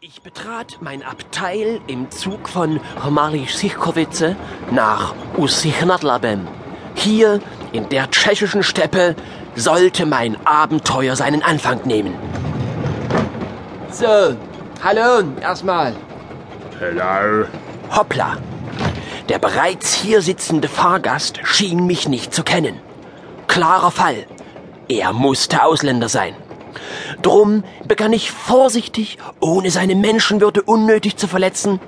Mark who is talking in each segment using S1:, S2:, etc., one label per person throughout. S1: Ich betrat mein Abteil im Zug von Homali Sichkowice nach Usichnadlabem. Hier, in der tschechischen Steppe, sollte mein Abenteuer seinen Anfang nehmen. So, hallo, erstmal.
S2: Hello.
S1: Hoppla. Der bereits hier sitzende Fahrgast schien mich nicht zu kennen. Klarer Fall. Er musste Ausländer sein. Drum begann ich vorsichtig, ohne seine Menschenwürde unnötig zu verletzen,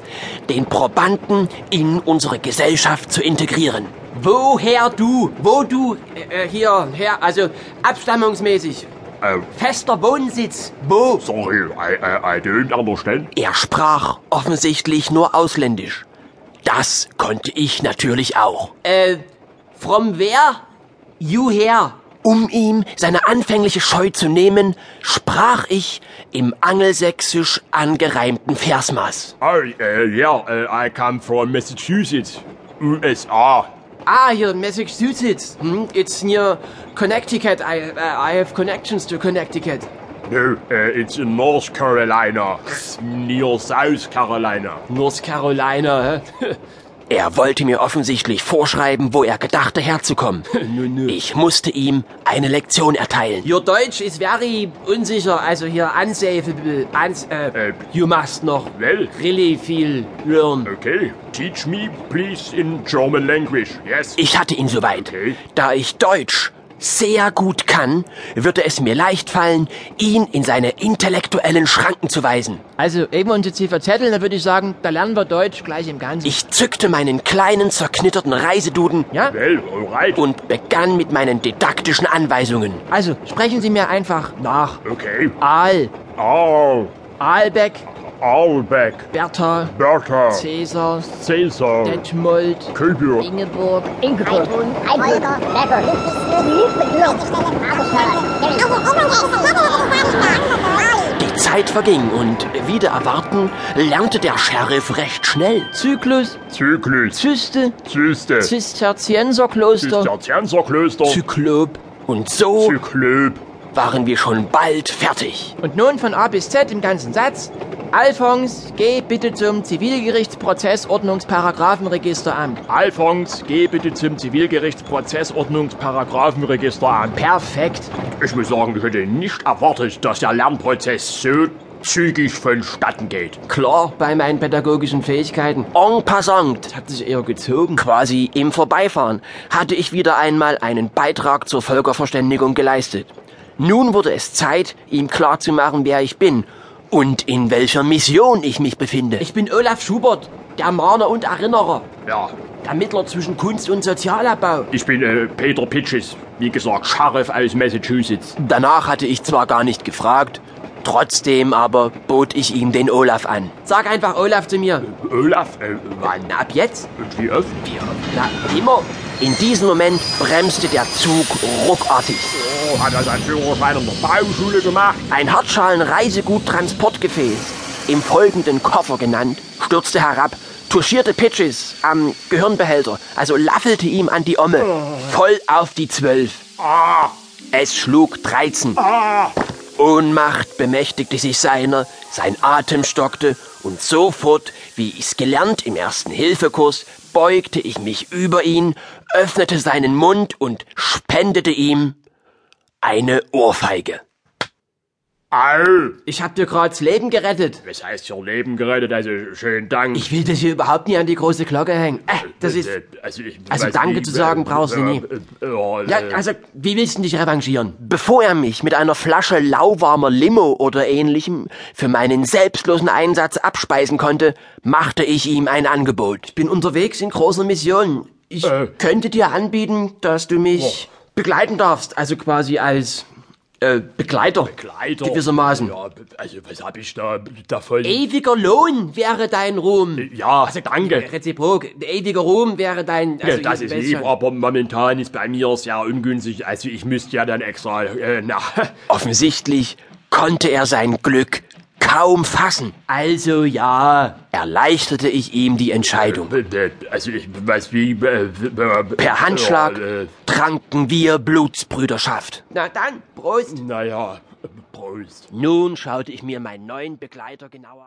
S1: den Probanden in unsere Gesellschaft zu integrieren.
S3: Woher du? Wo du? Äh, äh, hier, her, also abstammungsmäßig.
S2: Uh,
S3: Fester Wohnsitz. Wo?
S2: sorry, I, I, I don't understand.
S1: Er sprach offensichtlich nur Ausländisch. Das konnte ich natürlich auch.
S3: Äh, from where? You her.
S1: Um ihm seine anfängliche Scheu zu nehmen, sprach ich im angelsächsisch angereimten Versmaß.
S2: Oh, uh, yeah, uh, I come from Massachusetts, USA.
S3: Ah, hier, Massachusetts. Hm, it's near Connecticut. I, äh, I have connections to Connecticut.
S2: No, uh, it's in North Carolina, near South Carolina.
S3: North Carolina, hä?
S1: Er wollte mir offensichtlich vorschreiben, wo er gedachte herzukommen. Ich musste ihm eine Lektion erteilen.
S3: Your Deutsch is very unsicher, also hier unsafeable. Uns, äh,
S2: Äh,
S3: you must noch
S2: Well,
S3: really viel learn.
S2: okay, teach me, please, in German language, yes.
S1: Ich hatte ihn soweit.
S2: Okay.
S1: Da ich Deutsch sehr gut kann, würde es mir leicht fallen, ihn in seine intellektuellen Schranken zu weisen.
S3: Also, eben uns jetzt hier verzetteln, dann würde ich sagen, da lernen wir Deutsch gleich im Ganzen.
S1: Ich zückte meinen kleinen, zerknitterten Reiseduden
S3: ja?
S2: Well, alright,
S1: und begann mit meinen didaktischen Anweisungen.
S3: Also, sprechen Sie mir einfach nach.
S2: okay.
S3: Aal,
S2: All,
S3: Aalbeck,
S2: all back.
S3: Bertha,
S2: Bertha,
S3: Cäsar,
S2: Caesar,
S3: Detmold,
S2: Köbür.
S3: Ingeborg,
S4: Ingeborg, Alter, Leber,
S1: Die Zeit verging und, wieder erwarten, lernte der Sheriff recht schnell.
S3: Zyklus,
S2: Zyklus,
S3: Zyste,
S2: Zyste,
S3: Zisterzienserkloster,
S2: Zisterzienserklöster,
S1: Zyklop. Und so
S2: Zyklöp.
S1: waren wir schon bald fertig.
S3: und nun von A bis Z im ganzen Satz. Alfons, geh bitte zum Zivilgerichtsprozessordnungsparagrafenregisteramt.
S2: Alfons, geh bitte zum Zivilgerichtsprozessordnungsparagrafenregister an.
S3: Perfekt.
S2: Ich muss sagen, ich hätte nicht erwartet, dass der Lernprozess so zügig vonstatten geht.
S3: Klar, bei meinen pädagogischen Fähigkeiten.
S1: En passant,
S3: Hat sich eher gezogen.
S1: quasi im Vorbeifahren, hatte ich wieder einmal einen Beitrag zur Völkerverständigung geleistet. Nun wurde es Zeit, ihm klarzumachen, wer ich bin und in welcher Mission ich mich befinde.
S3: Ich bin Olaf Schubert, der Mahner und Erinnerer,
S2: Ja,
S3: der Mittler zwischen Kunst und Sozialabbau.
S2: ich bin äh, Peter Pitches, wie gesagt, Sheriff aus Massachusetts.
S1: Danach hatte ich zwar gar nicht gefragt, trotzdem aber bot ich ihm den Olaf an.
S3: Sag einfach Olaf zu mir.
S2: Olaf, äh, wann?
S3: Wann? Ab jetzt?
S2: Und wie oft?
S3: Na, immer.
S1: In diesem Moment bremste der Zug ruckartig.
S2: Oh, hat er seinen Führerschein in der Bauschule gemacht?
S1: Ein Hartschalen-Reisegut-Transportgefäß, im folgenden Koffer genannt, stürzte herab, touchierte Pitches am Gehirnbehälter, also laffelte ihm an die Omme, voll auf die Zwölf.
S2: Ah,
S1: Es schlug 13. Ohnmacht bemächtigte sich seiner, sein Atem stockte und sofort, wie ich's gelernt im ersten Hilfekurs, beugte ich mich über ihn, öffnete seinen Mund und spendete ihm eine Ohrfeige.
S2: Au!
S3: Ich hab dir grad's Leben gerettet.
S2: Was heißt ihr Leben gerettet? Also, schönen Dank.
S3: Ich will das hier überhaupt nie an die große Glocke hängen. Äh, das ist...
S2: Äh, also, ich
S3: also
S2: weiß
S3: Danke
S2: nicht,
S3: zu sagen brauchst du nie.
S2: Äh, äh,
S3: Ja,
S2: äh,
S3: also, wie willst du dich revanchieren?
S1: Bevor er mich mit einer Flasche lauwarmer Limo oder ähnlichem für meinen selbstlosen Einsatz abspeisen konnte, machte ich ihm ein Angebot.
S3: Bin unterwegs in großer Mission. Ich
S2: Äh.
S3: könnte dir anbieten, dass du mich begleiten darfst. Also quasi als äh, Begleiter.
S2: Kleider.
S3: Gewissermaßen.
S2: Ja, also, was hab ich da davon?
S3: Ewiger Lohn wäre dein Ruhm.
S2: Ja, also, danke.
S3: Reziprok. Ewiger Ruhm wäre dein...
S2: Ja,
S3: Also
S2: das
S3: ihr
S2: ist eh
S3: wisst
S2: lieb,
S3: schon.
S2: aber momentan ist bei mir sehr ungünstig. Also ich müsste ja dann extra, äh, na,
S1: Offensichtlich konnte er sein Glück kaum fassen.
S3: Also ja.
S1: Erleichterte ich ihm die Entscheidung.
S2: äh, also ich weiß wie, äh, äh,
S1: Per Handschlag
S2: Ja, äh,
S1: tranken wir Blutsbrüderschaft.
S3: Na dann, Prost.
S2: naja, Prost.
S1: Nun schaute ich mir meinen neuen Begleiter genauer